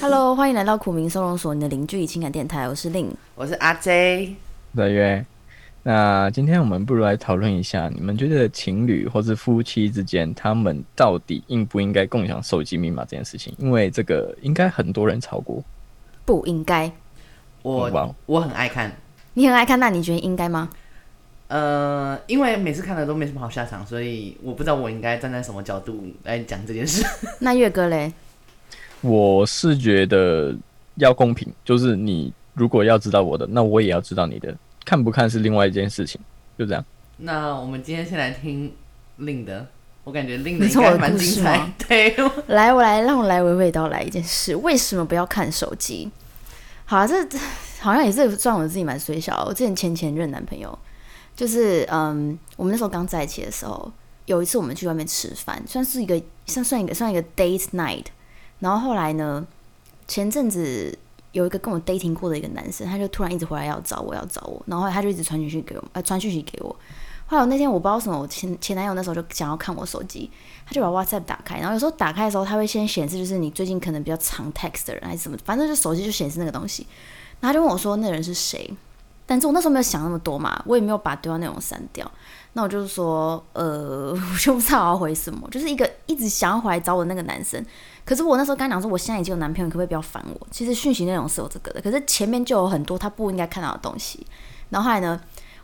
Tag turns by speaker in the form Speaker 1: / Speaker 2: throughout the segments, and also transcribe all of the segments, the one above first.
Speaker 1: Hello，欢迎来到苦民收容所，你的邻居与情感电台，我是令。
Speaker 2: 我是阿 J，
Speaker 3: 对约。那今天我们不如来讨论一下，你们觉得情侣或是夫妻之间，他们到底应不应该共享手机密码这件事情？因为这个应该很多人吵过。
Speaker 1: 不应该，
Speaker 2: 我、
Speaker 3: 哇哦
Speaker 2: 我很爱看，
Speaker 1: 你很爱看，那你觉得应该吗？
Speaker 2: 呃，因为每次看的都没什么好下场，所以我不知道我应该站在什么角度来讲这件事。
Speaker 1: 那月哥嘞，
Speaker 3: 我是觉得要公平，就是你如果要知道我的，那我也要知道你的。看不看是另外一件事情，就这样。
Speaker 2: 那我们今天先来听令的，我感觉令的
Speaker 1: 你
Speaker 2: 应
Speaker 1: 说我
Speaker 2: 该
Speaker 1: 的
Speaker 2: 蛮
Speaker 1: 故事
Speaker 2: 精彩
Speaker 1: 吗。
Speaker 2: 对，我
Speaker 1: 来，我来让我来娓娓道来一件事，为什么不要看手机？好、啊，这好像也是算我自己蛮衰小的。我之前前前任男朋友，就是嗯，我们那时候刚在一起的时候，有一次我们去外面吃饭，算是一个算算一个算一个 date night。然后后来呢，前阵子有一个跟我 dating 过的一个男生，他就突然一直回来要找我要找我，然后后来他就一直传讯息给我，呃，传讯息给我。后来我那天我不知道为什么，我前前男友那时候就想要看我手机，他就把 WhatsApp 打开，然后有时候打开的时候，它会先显示就是你最近可能比较常 text 的人还是什么，反正就手机就显示那个东西。然后他就问我说那人是谁，但是我那时候没有想那么多嘛，我也没有把对话内容删掉。那我就是说，呃， 我就不知道我要回什么，就是一个一直想要回来找我那个男生。可是我那时候跟他讲说，我现在已经有男朋友，你可不可以不要烦我？其实讯息内容是有这个的，可是前面就有很多他不应该看到的东西。然后后来呢，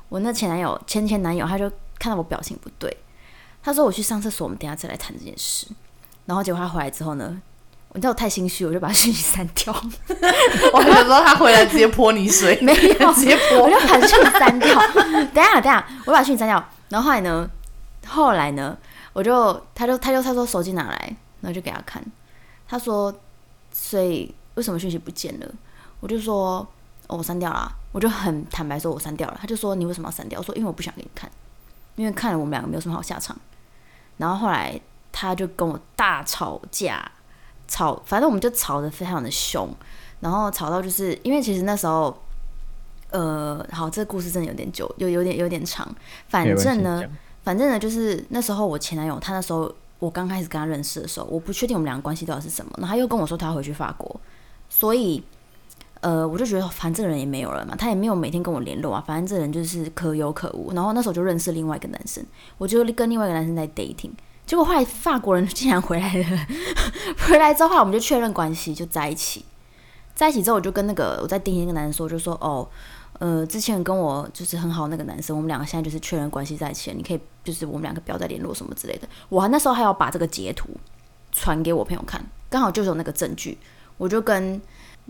Speaker 1: 我那前男友前前男友他就看到我表情不对，他说我去上厕所，我们等一下再来谈这件事。然后结果他回来之后呢，你知道我太心虚，我就把 讯息删掉，
Speaker 2: 我想说他回来直接泼你水，
Speaker 1: 没有
Speaker 2: 直接
Speaker 1: 我
Speaker 2: 泼
Speaker 1: 就把讯息删掉。等一下，等一下，我把讯息删掉。然后后来呢，后来呢，我就他就他就他说手机拿来，然后就给他看。他说，所以为什么讯息不见了？我就说，哦，我删掉了啊。我就很坦白说，我删掉了。他就说，你为什么要删掉？我说，因为我不想给你看，因为看了我们两个没有什么好下场。然后后来他就跟我大吵架，吵，反正我们就吵得非常的凶，然后吵到就是因为其实那时候呃，好，这个故事真的有点久，有有点有点长。反
Speaker 3: 没有关系
Speaker 1: 正呢
Speaker 3: 你，讲
Speaker 1: 反正呢，就是那时候我前男友，他那时候我刚开始跟他认识的时候，我不确定我们两个关系到底是什么，然后他又跟我说他要回去法国，所以呃，我就觉得反正这个人也没有了嘛，他也没有每天跟我联络啊，反正这个人就是可有可无。然后那时候就认识另外一个男生，我就跟另外一个男生在 dating。结果后来法国人竟然回来了，回来之后后来我们就确认关系，就在一起。在一起之后，我就跟那个我在第一个男生说，就说哦，呃，之前跟我就是很好那个男生，我们两个现在就是确认关系在一起了，你可以就是我们两个不要再联络什么之类的。我还那时候还要把这个截图传给我朋友看，刚好就是有那个证据，我就跟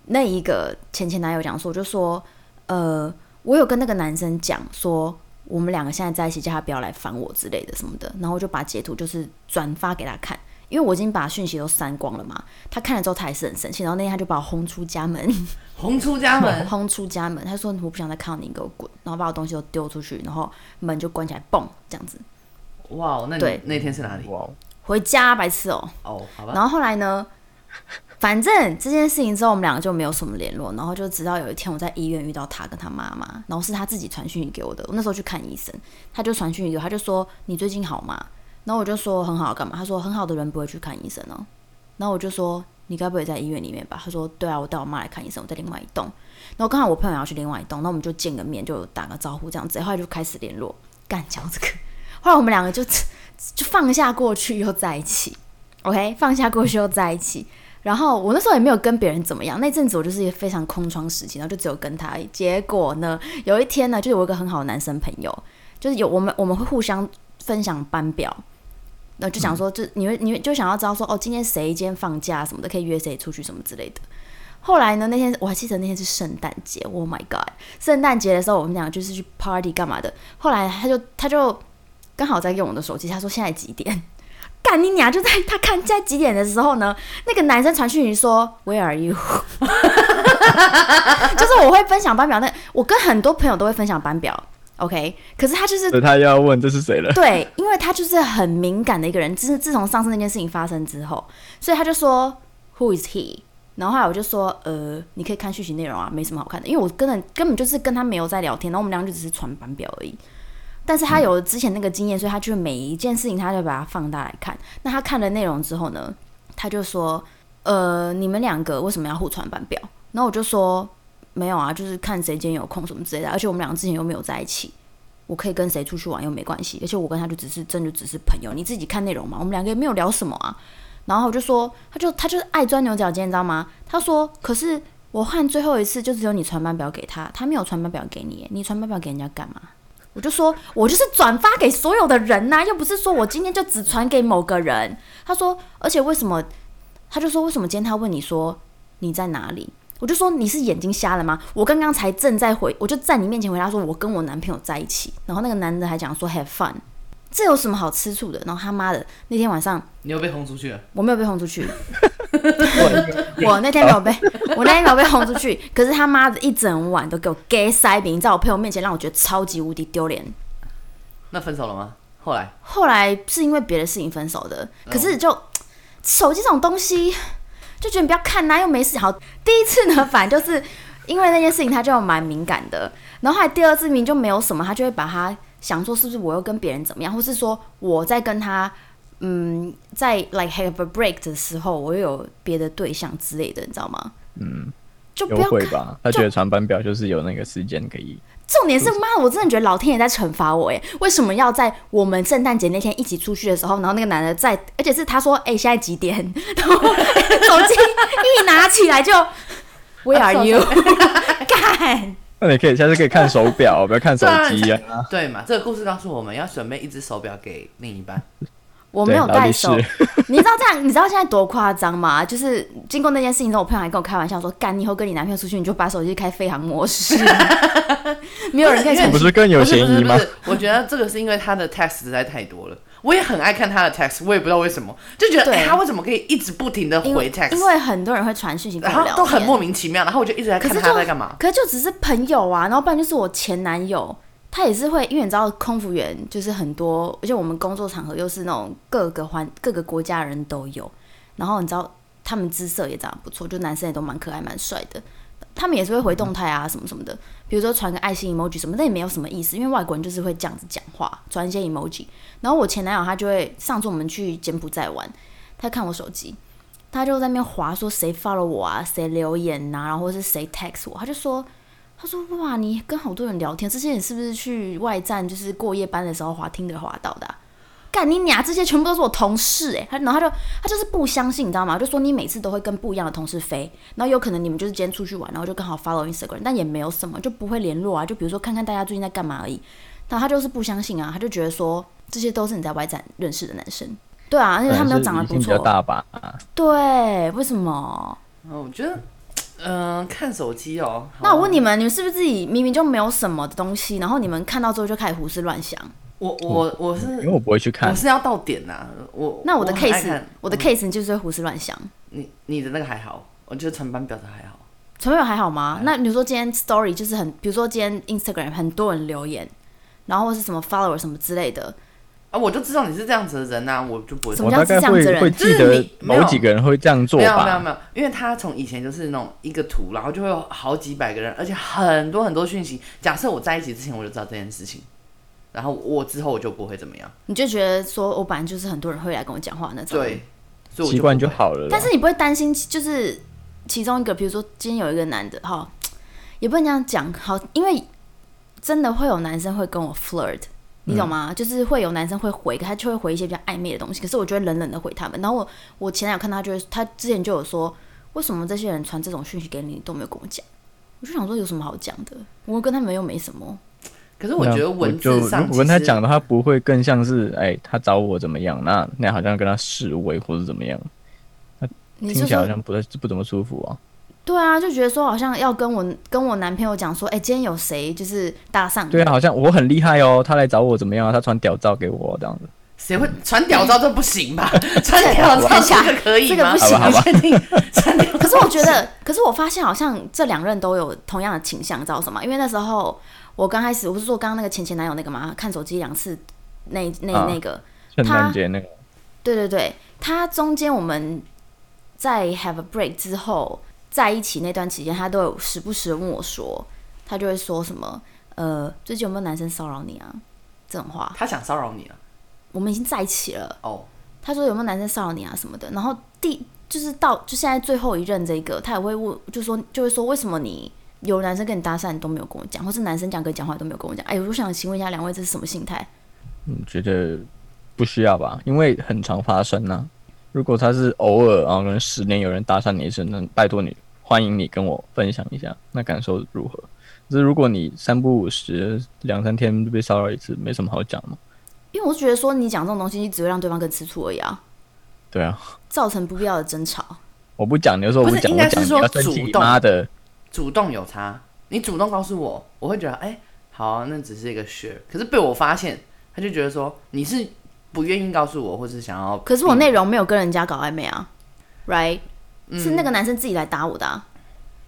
Speaker 1: 那一个前前男友讲说，我就说，呃，我有跟那个男生讲说。我们两个现在在一起，叫他不要来烦我之类的什么的，然后我就把截图就是转发给他看，因为我已经把讯息都删光了嘛。他看了之后，他还是很生气，然后那天他就把我轰出家门。
Speaker 2: 红出家门。
Speaker 1: 轰出家门，他说我不想再看到你，你给我滚，然后把我东西都丢出去，然后门就关起来，嘣，这样子
Speaker 2: 哇，那
Speaker 1: 对
Speaker 2: 你那天是哪里？
Speaker 3: 哇哦，
Speaker 1: 回家，白痴哦、
Speaker 2: 哦，好吧，
Speaker 1: 然后后来呢，反正这件事情之后，我们两个就没有什么联络。然后就直到有一天我在医院遇到他跟他妈妈，然后是他自己传讯息给我的。我那时候去看医生，他就传讯息给我，他就说你最近好吗？然后我就说很好，干嘛？他说很好的人不会去看医生哦。然后我就说你该不会在医院里面吧？他说对啊，我带我妈来看医生，我在另外一栋。然后刚好我朋友也要去另外一栋，那我们就见个面，就打个招呼这样子，后来就开始联络。干讲这个，后来我们两个就 就放下过去，又在一起。OK，放下过去又在一起。然后我那时候也没有跟别人怎么样，那阵子我就是一个非常空窗时期，然后就只有跟他而已。结果呢，有一天呢，就有一个很好的男生朋友，就是有我们我们会互相分享班表，然后就想说，就你会你会就想要知道说，哦，今天谁今天放假什么的，可以约谁出去什么之类的。后来呢，那天我还记得那天是圣诞节，Oh my god！圣诞节的时候，我们两个就是去 party 干嘛的。后来他就他就刚好在用我的手机，他说现在几点？ 干你娘！就在他看现在几点的时候呢，那个男生传讯息说 Where are you？就是我会分享班表，那我跟很多朋友都会分享班表，OK？可是他就是
Speaker 3: 所以他要问这是谁 了？
Speaker 1: 对，因为他就是很敏感的一个人，自自从上次那件事情发生之后，所以他就说 Who is he？然后后来我就说，呃，你可以看讯息内容啊，没什么好看的，因为我根本根本就是跟他没有在聊天，然后我们俩就只是传班表而已。但是他有之前那个经验，所以他就每一件事情他就把它放大来看。那他看了内容之后呢，他就说，呃，你们两个为什么要互传班表？然后我就说没有啊，就是看谁今天有空什么之类的，而且我们两个之前又没有在一起，我可以跟谁出去玩又没关系，而且我跟他就只是真的就只是朋友，你自己看内容嘛，我们两个也没有聊什么啊。然后我就说，他就他就是爱钻牛角尖，你知道吗？他说，可是我换最后一次就只有你传班表给他，他没有传班表给你，你传班表给人家干嘛？我就说，我就是转发给所有的人呐、又不是说我今天就只传给某个人。他说，而且为什么？他就说，为什么今天他问你说你在哪里？我就说你是眼睛瞎了吗？我刚刚才正在回，我就在你面前回答说，我跟我男朋友在一起。然后那个男的还讲说 have fun，这有什么好吃醋的？然后他妈的那天晚上
Speaker 2: 你又被轰出去了，
Speaker 1: 我没有被轰出去，我那天没有被，我那天没有被轰出去。可是他妈的一整晚都给我 gay 塞饼，在我朋友面前让我觉得超级无敌丢脸。
Speaker 2: 那分手了吗？后来
Speaker 1: 后来是因为别的事情分手的，可是就、手机这种东西，就觉得你不要看呐、又没事。好，第一次呢，反正就是因为那件事情，他就蛮敏感的。然后后来第二次明明就没有什么，他就会把他想说是不是我又跟别人怎么样，或是说我在跟他嗯，在 like have a break 的时候，我又有别的对象之类的，你知道吗？
Speaker 3: 嗯，
Speaker 1: 就不
Speaker 3: 优
Speaker 1: 要
Speaker 3: 惠
Speaker 1: 看。
Speaker 3: 吧？他觉得传班表就是有那个时间可以，
Speaker 1: 重点是，妈，我真的觉得老天爷在惩罚我哎！为什么要在我们圣诞节那天一起出去的时候，然后那个男的在，而且是他说，哎、现在几点？然后手 机一拿起来就，Where are you？干，
Speaker 3: 那你可以下次可以看手表，不要看手机啊。
Speaker 2: 对嘛？这个故事告诉我们要准备一只手表给另一半，
Speaker 1: 我没
Speaker 3: 对，
Speaker 1: 有
Speaker 3: 劳
Speaker 1: 带
Speaker 3: 力士
Speaker 1: 手。你知道这样，你知道现在多夸张吗？就是经过那件事情之后，我朋友还跟我开玩笑说，干，你以后跟你男朋友出去，你就把手机开飞行模式， 没有人可以
Speaker 3: 你
Speaker 1: 从
Speaker 3: 不是更 有
Speaker 2: 不是
Speaker 3: 嫌
Speaker 2: 不是
Speaker 3: 疑吗
Speaker 2: 不？是，我觉得这个是因为他的 text 实在太多了。我也很爱看他的 text，我也不知道为什么，就觉得、
Speaker 1: 对
Speaker 2: 哎，他为什么可以一直不停的
Speaker 1: 因
Speaker 2: 回
Speaker 1: 为
Speaker 2: text，
Speaker 1: 因为很多人会传讯息跟
Speaker 2: 然
Speaker 1: 我聊
Speaker 2: 后都很
Speaker 1: 天
Speaker 2: 莫名其妙，然后我就一直在
Speaker 1: 可
Speaker 2: 看
Speaker 1: 是
Speaker 2: 他
Speaker 1: 就
Speaker 2: 在干嘛。
Speaker 1: 可是就只是朋友啊，然后不然就是我前男友，他也是会，因为你知道空服员就是很多，而且我们工作场合又是那种各个环各个国家的人都有，然后你知道他们姿色也长得不错，就男生也都蛮可爱蛮帅的，他们也是会回动态啊什么什么的，比如说传个爱心 emoji 什么，但也没有什么意思，因为外国人就是会这样子讲话，传一些 emoji。然后我前男友他就会，上次我们去柬埔寨玩，他看我手机，他就在那边划说谁 follow 我啊，谁留言呐、然后或是谁 text 我，他就说。他说：“哇，你跟好多人聊天，这些你是不是去外站就是过夜班的时候滑听的滑到的、啊？干你娘！这些全部都是我同事哎、他然后他就他就是不相信，你知道吗？就说你每次都会跟不一样的同事飞，然后有可能你们就是今天出去玩，然后就刚好 follow Instagram，但也没有什么，就不会联络啊，就比如说看看大家最近在干嘛而已。然后他就是不相信啊，他就觉得说这些都是你在外站认识的男生，对啊，而且他们都长得
Speaker 3: 理
Speaker 1: 不
Speaker 3: 性比较
Speaker 1: 错，啊
Speaker 3: 大吧？啊
Speaker 1: 对，为什么？
Speaker 2: 嗯，我觉得，嗯、看手机哦。
Speaker 1: 那我问
Speaker 2: 你，
Speaker 1: 你们，你们是不是自己明明就没有什么的东西，然后你们看到之后就开始胡思乱想？
Speaker 2: 我我我是
Speaker 3: 因为我不会去
Speaker 2: 我
Speaker 3: 看，
Speaker 2: 是要到点呐、我
Speaker 1: 那我的
Speaker 2: 很爱
Speaker 1: case，
Speaker 2: 看
Speaker 1: 我的 case 就是会胡思乱想。
Speaker 2: 你你的那个还好，我觉得传班表的还好。
Speaker 1: 朋友还好吗？那你说今天 story 就是很，比如说今天 Instagram 很多人留言，然后是什么 follower 什么之类的，
Speaker 2: 啊，我就知道你是这样子的人呐、我就不会
Speaker 1: 什
Speaker 2: 做。
Speaker 1: 么
Speaker 3: 我
Speaker 1: 叫是
Speaker 3: 大
Speaker 1: 这
Speaker 3: 概
Speaker 1: 样子
Speaker 3: 会
Speaker 1: 的人
Speaker 3: 会
Speaker 1: 就
Speaker 3: 记
Speaker 2: 是
Speaker 3: 得
Speaker 2: 你没有
Speaker 3: 某几个人会这样做
Speaker 2: 没有没有
Speaker 3: 吧？
Speaker 2: 没有，因为他从以前就是那种一个图，然后就会有好几百个人，而且很多很多讯息。假设我在一起之前我就知道这件事情，然后我之后我就不会怎么样，
Speaker 1: 你就觉得说哦我本来就是很多人会来跟我讲话那种。
Speaker 2: 对，所以我
Speaker 3: 习惯
Speaker 2: 不
Speaker 3: 就
Speaker 2: 会。
Speaker 3: 好了啦。
Speaker 1: 但是你不会担心，就是其中一个，比如说今天有一个男的哈，也不能这样讲，好，因为真的会有男生会跟我 flirt，你懂
Speaker 3: 嗯
Speaker 1: 吗？就是会有男生会回，他就会回一些比较暧昧的东西，可是我就会冷冷的回他们。然后我我前男友看他就会，他之前就有说，为什么这些人传这种讯息给你你都没有跟我讲？我就想说有什么好讲的，我跟他们又没什么。
Speaker 2: 可是我觉
Speaker 3: 那
Speaker 2: 得文
Speaker 3: 就
Speaker 2: 字上，
Speaker 3: 如果跟他讲，的话，不会更像是哎、他找我怎么样？那那好像跟他示威或者怎么样，
Speaker 1: 你
Speaker 3: 听
Speaker 1: 就
Speaker 3: 起来好
Speaker 1: 说
Speaker 3: 像不太不怎么舒服啊。
Speaker 1: 对啊，就觉得说好像要跟我跟我男朋友讲说，哎、今天有谁就是搭上我
Speaker 3: 对啊，好像我很厉害哦，他来找我怎么样啊？他传屌照给我这样子，
Speaker 2: 谁会传屌照这不行 吧？传屌照
Speaker 1: 等一下
Speaker 2: 这个可以
Speaker 1: 这个
Speaker 2: 吗？
Speaker 1: 不行
Speaker 3: 好吧啊好吧
Speaker 2: 你确定？传屌照
Speaker 1: 可是我觉得， 可是我发现好像这两任都有同样的倾向，你知道什么？因为那时候我刚开始，我不是说刚刚那个前前男友那个嘛，看手机两次，那那、
Speaker 3: 啊
Speaker 1: 那个，
Speaker 3: 圣诞节那个
Speaker 1: 对对对，他中间我们在 have a break 之后在一起那段期间，他都有时不时地问我说，他就会说什么，呃，最近有没有男生骚扰你啊？这种话，
Speaker 2: 他想骚扰你了
Speaker 1: 我们已经在一起了。
Speaker 2: 哦，
Speaker 1: 他说有没有男生骚扰你啊什么的。然后第就是到就现在最后一任这个，他也会问，就说就会说为什么你有男生跟你搭讪你都没有跟我讲，或是男生讲跟你讲话都没有跟我讲？哎，我想请问一下两位，这是什么心态？
Speaker 3: 你嗯觉得不需要吧？因为很常发生呐、如果他是偶尔啊，可能十年有人搭讪你一次，那拜托你，欢迎你跟我分享一下，那感受如何？可是如果你三不五时，两三天就被骚扰一次，没什么好讲嘛。
Speaker 1: 因为我是觉得说你讲这种东西，你只会让对方更吃醋而已啊，
Speaker 3: 对啊，
Speaker 1: 造成不必要的争吵。
Speaker 3: 我不讲，你就说我
Speaker 2: 不是
Speaker 3: 讲，
Speaker 2: 应
Speaker 3: 我
Speaker 2: 该
Speaker 3: 讲，
Speaker 2: 是
Speaker 3: 你
Speaker 2: 说
Speaker 3: 要生气，
Speaker 2: 主
Speaker 3: 你
Speaker 2: 动
Speaker 3: 妈的！
Speaker 2: 主动有差，你主动告诉我，我会觉得哎、好啊、那只是一个 share。可是被我发现，他就觉得说你是不愿意告诉我，或是想要。
Speaker 1: 可是我内容没有跟人家搞暧昧啊，right？、
Speaker 2: 嗯
Speaker 1: 是那个男生自己来打我的、啊。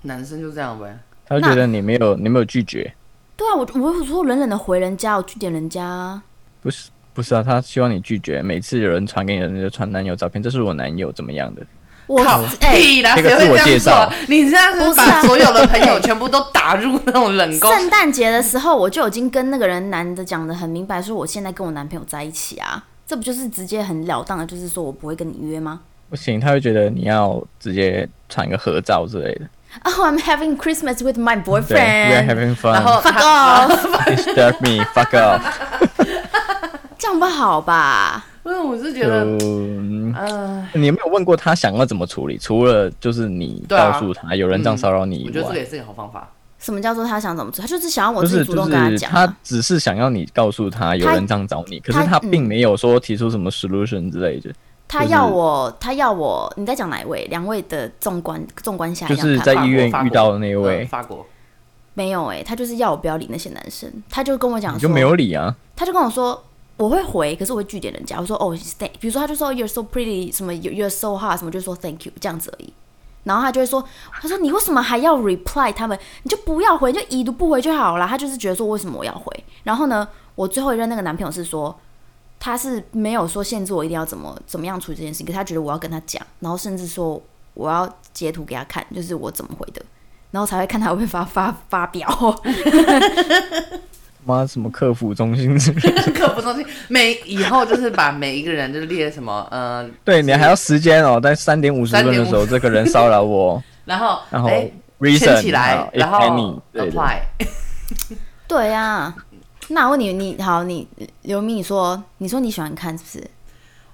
Speaker 2: 男生就这样呗，
Speaker 3: 他就觉得你没有，你没有拒绝，
Speaker 1: 对啊，我我有时候冷冷的回人家，我去点人家啊，
Speaker 3: 不是不是啊，他希望你拒绝。每次有人传给你的，你就传男友照片，这是我男友怎么样的？
Speaker 1: 我
Speaker 2: 靠
Speaker 1: 哎、
Speaker 2: 屁啦！
Speaker 3: 这
Speaker 2: 谁
Speaker 3: 个
Speaker 2: 会
Speaker 3: 自我
Speaker 2: 这
Speaker 3: 介
Speaker 2: 样做
Speaker 3: 绍
Speaker 2: 啊？你这样
Speaker 1: 不
Speaker 2: 子
Speaker 1: 是啊
Speaker 2: 把所有的朋友全部都打入那种冷宫，
Speaker 1: 圣诞节的时候，我就已经跟那个人男的讲的很明白，说我现在跟我男朋友在一起啊，这不就是直接很了当的，就是说我不会跟你约吗
Speaker 3: 不行，他会觉得你要直接传个合照之类的。
Speaker 1: ？Oh, I'm having Christmas with my
Speaker 3: 对，We're
Speaker 1: boyfriend.
Speaker 3: having
Speaker 2: 然后
Speaker 3: fun.
Speaker 2: 他
Speaker 1: Fuck off，
Speaker 3: Disturb me, fuck off.
Speaker 1: 这样不好吧？
Speaker 2: 不是，我是觉
Speaker 3: 就
Speaker 2: 得，
Speaker 3: 嗯
Speaker 2: 呃，
Speaker 3: 你有没有问过他想要怎么处理？除了就是你
Speaker 2: 对啊
Speaker 3: 告诉他有人这样
Speaker 2: 嗯
Speaker 3: 骚扰你
Speaker 2: 我
Speaker 3: 以
Speaker 2: 觉得这个
Speaker 3: 外，
Speaker 2: 也是一个好方法。
Speaker 1: 什么叫做他想怎么做？他就是想要我
Speaker 3: 就
Speaker 1: 自己
Speaker 3: 是
Speaker 1: 主
Speaker 3: 就
Speaker 1: 动跟他
Speaker 3: 是
Speaker 1: 讲、
Speaker 3: 他
Speaker 1: 啊。
Speaker 3: 只是想要你告诉他有
Speaker 1: 他
Speaker 3: 人这样找你，可
Speaker 1: 他
Speaker 3: 是他
Speaker 1: 嗯
Speaker 3: 并没有说提出什么 solution 之类的。
Speaker 1: 他要我，他要我，你在讲哪一位？两位的纵观纵观下
Speaker 3: 就
Speaker 1: 这样
Speaker 3: 是
Speaker 1: 看
Speaker 3: 在
Speaker 2: 法
Speaker 3: 医
Speaker 2: 国
Speaker 3: 院
Speaker 2: 法
Speaker 3: 遇
Speaker 2: 国
Speaker 3: 到的那
Speaker 2: 嗯
Speaker 3: 位，
Speaker 2: 法国，
Speaker 1: 没有哎、他就是要我不要理那些男生，他就跟我讲
Speaker 3: 你
Speaker 1: 说
Speaker 3: 就没有理啊。
Speaker 1: 他就跟我说我会回，可是我会拒点人家。我说哦，thank，比如说他就说 you're so pretty，什么 you you're so hot，什么就说 thank you 这样子而已。然后他就会说，他说你为什么还要 reply 他们？你就不要回，你就已读不回就好啦。他就是觉得说为什么我要回？然后呢，我最后一任那个男朋友是说，他是没有说限制我一定要怎么怎么样处理这件事情，可是他觉得我要跟他讲，然后甚至说我要截图给他看，就是我怎么回的，然后才会看他会不会发发发表。
Speaker 3: 妈，什么客服中心之类的？
Speaker 2: 客服中心每以后就是把每一个人就列什么，呃，
Speaker 3: 对你还要时间哦，在三点五十分的
Speaker 2: 3:50
Speaker 3: 时候，这个人骚扰我，
Speaker 2: 然后
Speaker 3: 然后
Speaker 2: 哎
Speaker 3: reason
Speaker 2: 圈起来，然后
Speaker 3: any 对的
Speaker 2: apply，
Speaker 1: 对呀、那我问你，你好，你刘明，你说，你说你喜欢看是不是？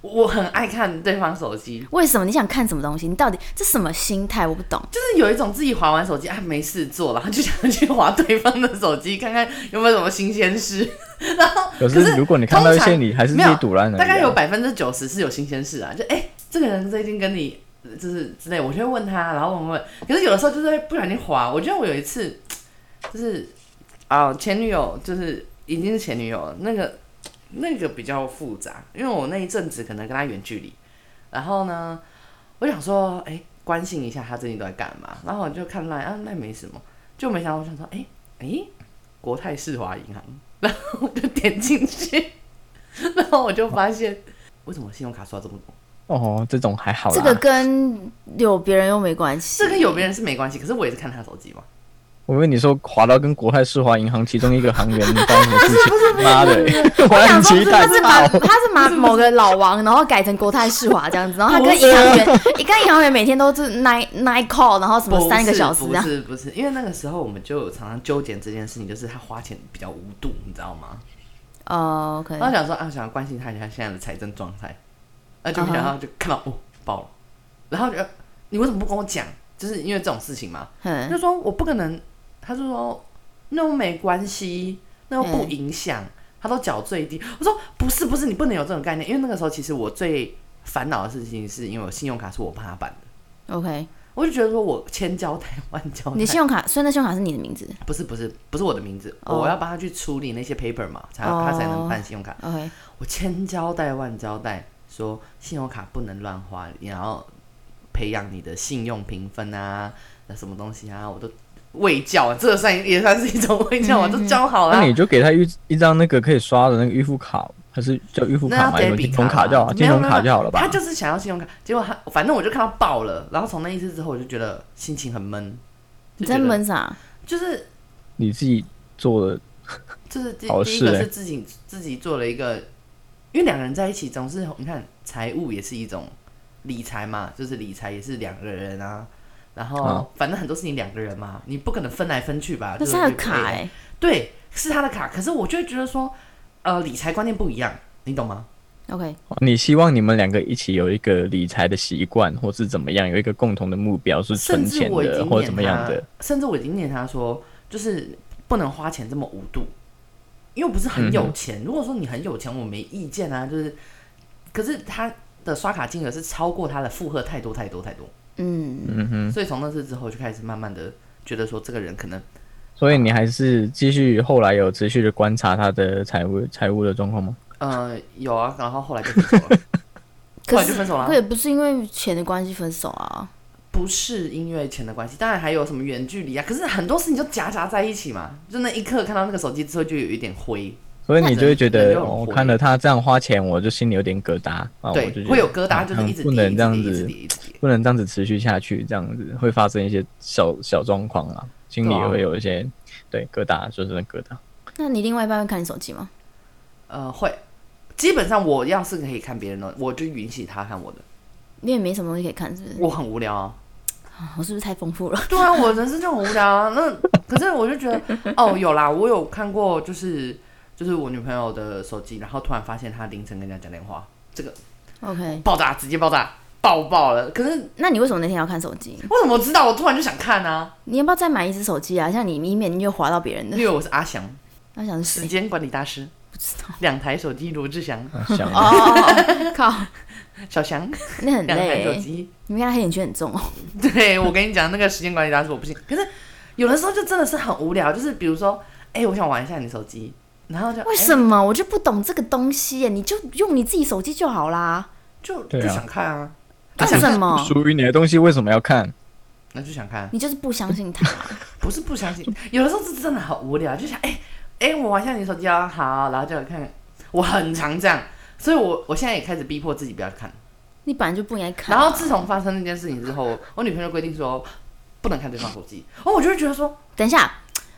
Speaker 2: 我很爱看对方手机，
Speaker 1: 为什么你想看什么东西？你到底这什么心态？我不懂。
Speaker 2: 就是有一种自己划完手机啊没事做，然后就想去划对方的手机，看看有没有什么新鲜事。然后
Speaker 3: 可
Speaker 2: 是
Speaker 3: 是如果你看到一些，你还是自
Speaker 2: 没
Speaker 3: 己
Speaker 2: 有
Speaker 3: 堵烂的，
Speaker 2: 大概有百分之九十是有新鲜事啊，就哎、这个人最近跟你呃就是之类，我就会问他，然后问问。可是有的时候就是会不小心滑，我觉得我有一次就是啊、前女友就是已经是前女友了，那个那个比较复杂，因为我那一阵子可能跟她远距离，然后呢，我想说哎、关心一下她最近都在干嘛，然后我就看赖啊赖没什么，就没想到我想说哎哎、国泰世华银行，然后我就点进去。 然后我就发现， 为什么信用卡刷这么多？
Speaker 3: 哦，这种还好啦。
Speaker 1: 这个跟有别人又没关系。
Speaker 2: 这跟有别人是没关系，可是我也是看他手机嘛。
Speaker 3: 我跟你说，滑到跟国泰世华银行其中一个行员发生什么事情？妈的， 我
Speaker 1: 我想说
Speaker 3: 很期
Speaker 1: 是
Speaker 3: 待
Speaker 1: 他是把
Speaker 3: 操！
Speaker 1: 他是 把某个老王，然后改成国泰世华这样子，然后他跟银行员，跟银行员每天都是 night night call，然后什
Speaker 2: 不
Speaker 1: 么
Speaker 2: 是
Speaker 1: 三个小时这
Speaker 2: 不
Speaker 1: 样。
Speaker 2: 是不是，因为那个时候我们就有常常纠结这件事情，就是他花钱比较无度，你知道吗？
Speaker 1: 哦，OK、
Speaker 2: 然
Speaker 1: o
Speaker 2: 后
Speaker 1: k
Speaker 2: 想说啊，想要关心他一下现在的财政状态，那
Speaker 1: 嗯
Speaker 2: 就没想到就看到哦爆了，然后就你为什么不跟我讲？就是因为这种事情嘛，他
Speaker 1: 嗯，
Speaker 2: 就说我不可能，他就说那又没关系，那又不影响，他都缴最低。我说不是不是，你不能有这种概念，因为那个时候其实我最烦恼的事情是因为我信用卡是我爸办的，
Speaker 1: OK，
Speaker 2: 我就觉得说我千交代万交代，
Speaker 1: 你信用卡，所以那信用卡是你的名字
Speaker 2: 不是不是不是我的名字，
Speaker 1: 哦
Speaker 2: 我要帮他去处理那些 paper 嘛，才、
Speaker 1: 哦
Speaker 2: 他才能办信用卡。
Speaker 1: ，OK，
Speaker 2: 我千交代万交代说信用卡不能乱花，你要培养你的信用评分啊，那什么东西啊，我都喂教，啊这算也算是一种喂教，我啊都教好了
Speaker 3: 嗯那。你就给他一一张那个可以刷的那个预付卡，还是叫预付
Speaker 2: 那
Speaker 3: 卡
Speaker 2: 要
Speaker 3: 嘛？有
Speaker 2: 给
Speaker 3: 没有
Speaker 2: 比啊
Speaker 3: 金融卡就
Speaker 2: 就
Speaker 3: 好了，金融卡就好了吧
Speaker 2: 他？就是想要信用卡，结果他反正我就看到爆了，然后从那一次之后我就觉得心情很闷，
Speaker 1: 你
Speaker 2: 就
Speaker 1: 在
Speaker 2: 觉得
Speaker 1: 闷啥？
Speaker 2: 就是
Speaker 3: 你自己做的
Speaker 2: 就是第
Speaker 3: 好
Speaker 2: 第一
Speaker 3: 事
Speaker 2: 个
Speaker 3: 欸
Speaker 2: 是自己自己做了一个，因为两个人在一起总是你看财务也是一种理财嘛，就是理财也是两个人啊。然
Speaker 3: 啊
Speaker 2: 后反正很多事情两个人嘛，你不可能分来分去吧？
Speaker 1: 那
Speaker 2: 就是
Speaker 1: 他的
Speaker 2: 就
Speaker 1: 卡
Speaker 2: 可以
Speaker 1: 哎、
Speaker 2: 对，是他的卡。可是我就会觉得说，呃，理财观念不一样，你懂吗？
Speaker 1: OK，
Speaker 3: 你希望你们两个一起有一个理财的习惯，或是怎么样，有一个共同的目标是存
Speaker 2: 甚至
Speaker 3: 钱
Speaker 2: 我已
Speaker 3: 的，
Speaker 2: 经
Speaker 3: 或
Speaker 2: 念
Speaker 3: 者怎么样
Speaker 2: 他
Speaker 3: 的。，
Speaker 2: 甚至我已经念他说，就是不能花钱这么无度，因为我不是
Speaker 3: 嗯
Speaker 2: 很有钱。如果说你很有钱，我没意见啊，就是，可是他的刷卡金额是超过他的负荷太多太多太多，
Speaker 1: 嗯，
Speaker 3: 嗯哼，
Speaker 2: 所以从那次之后就开始慢慢的觉得说，这个人可能
Speaker 3: 所以你还是继续后来有持续的观察他的财务财务的状况吗？
Speaker 2: 呃有啊，然后后来就分手 了，后
Speaker 1: 可
Speaker 2: 来就是分手了啊
Speaker 1: 可。也不是因为钱的关系分手啊。
Speaker 2: 不是因为钱的关系，当然还有什么远距离啊，可是很多事情就夹杂在一起嘛。就那一刻看到那个手机之后，就有一点灰，
Speaker 3: 所以你就会觉
Speaker 2: 那人
Speaker 3: 得，
Speaker 2: 人就很
Speaker 3: 哦我
Speaker 2: 活跃
Speaker 3: 看了他这样花钱，我就心里有点疙瘩啊，我就觉
Speaker 2: 对，
Speaker 3: 得
Speaker 2: 会有疙瘩，就是
Speaker 3: 嗯
Speaker 2: 一直
Speaker 3: 不
Speaker 2: 叠，
Speaker 3: 能
Speaker 2: 一直
Speaker 3: 这样
Speaker 2: 叠一直
Speaker 3: 子
Speaker 2: 叠，一直叠。
Speaker 3: 不能这样子持续下去，这样子会发生一些小小状况啊，心里
Speaker 2: 对啊
Speaker 3: 也会有一些对疙瘩，说真的疙瘩。
Speaker 1: 那你另外一半会看你手机吗？
Speaker 2: 呃，会。基本上我要是可以看别人的，我就允许他看我的。
Speaker 1: 你也没什么东西可以看，是不是？
Speaker 2: 我很无聊啊。
Speaker 1: 我是不是太丰富了？
Speaker 2: 对啊，我人生就很无聊啊。那可是我就觉得，哦，有啦，我有看过，就是就是我女朋友的手机，然后突然发现她凌晨跟人家讲电话，
Speaker 1: OK，
Speaker 2: 爆炸，直接爆炸，爆爆了。可是
Speaker 1: 那你为什么那天要看手机？
Speaker 2: 为什么我知道？我突然就想看啊，
Speaker 1: 你要不要再买一只手机啊？像你以免你就划到别人
Speaker 2: 因
Speaker 1: 的。
Speaker 2: 为我是阿翔，
Speaker 1: 他想是
Speaker 2: 时
Speaker 1: 谁？
Speaker 2: 间管理大师，
Speaker 1: 不知道。
Speaker 2: 两台手机，罗志祥，
Speaker 3: 啊想
Speaker 1: 哦哦，哦靠，
Speaker 2: 小翔，
Speaker 1: 那很
Speaker 2: 两台
Speaker 1: 累
Speaker 2: 手
Speaker 1: 欸。
Speaker 2: 机。
Speaker 1: 你们看他黑眼圈很重哦。
Speaker 2: 对，我跟你讲，那个时间管理大师我不信。可是有的时候就真的是很无聊，就是比如说，哎、我想玩一下你手机，然后就
Speaker 1: 为
Speaker 2: 哎
Speaker 1: 什么？我就不懂这个东西耶！你就用你自己手机就好啦，
Speaker 2: 就
Speaker 3: 对
Speaker 2: 不
Speaker 3: 啊
Speaker 2: 想看啊？
Speaker 1: 干
Speaker 2: 想
Speaker 1: 什么？
Speaker 3: 属于你的东西为什么要看？
Speaker 2: 那就想看，啊
Speaker 1: 你就是不相信他。
Speaker 2: 不是不相信，有的时候是真的很无聊，就想哎哎、我玩一下你手机啊，好，然后就看，我很常这样，所以我我现在也开始逼迫自己不要看。
Speaker 1: 你本来就不应该看。
Speaker 2: 然后自从发生那件事情之后，我女朋友规定说不能看对方手机，哦，我就会觉得说
Speaker 1: 等一下，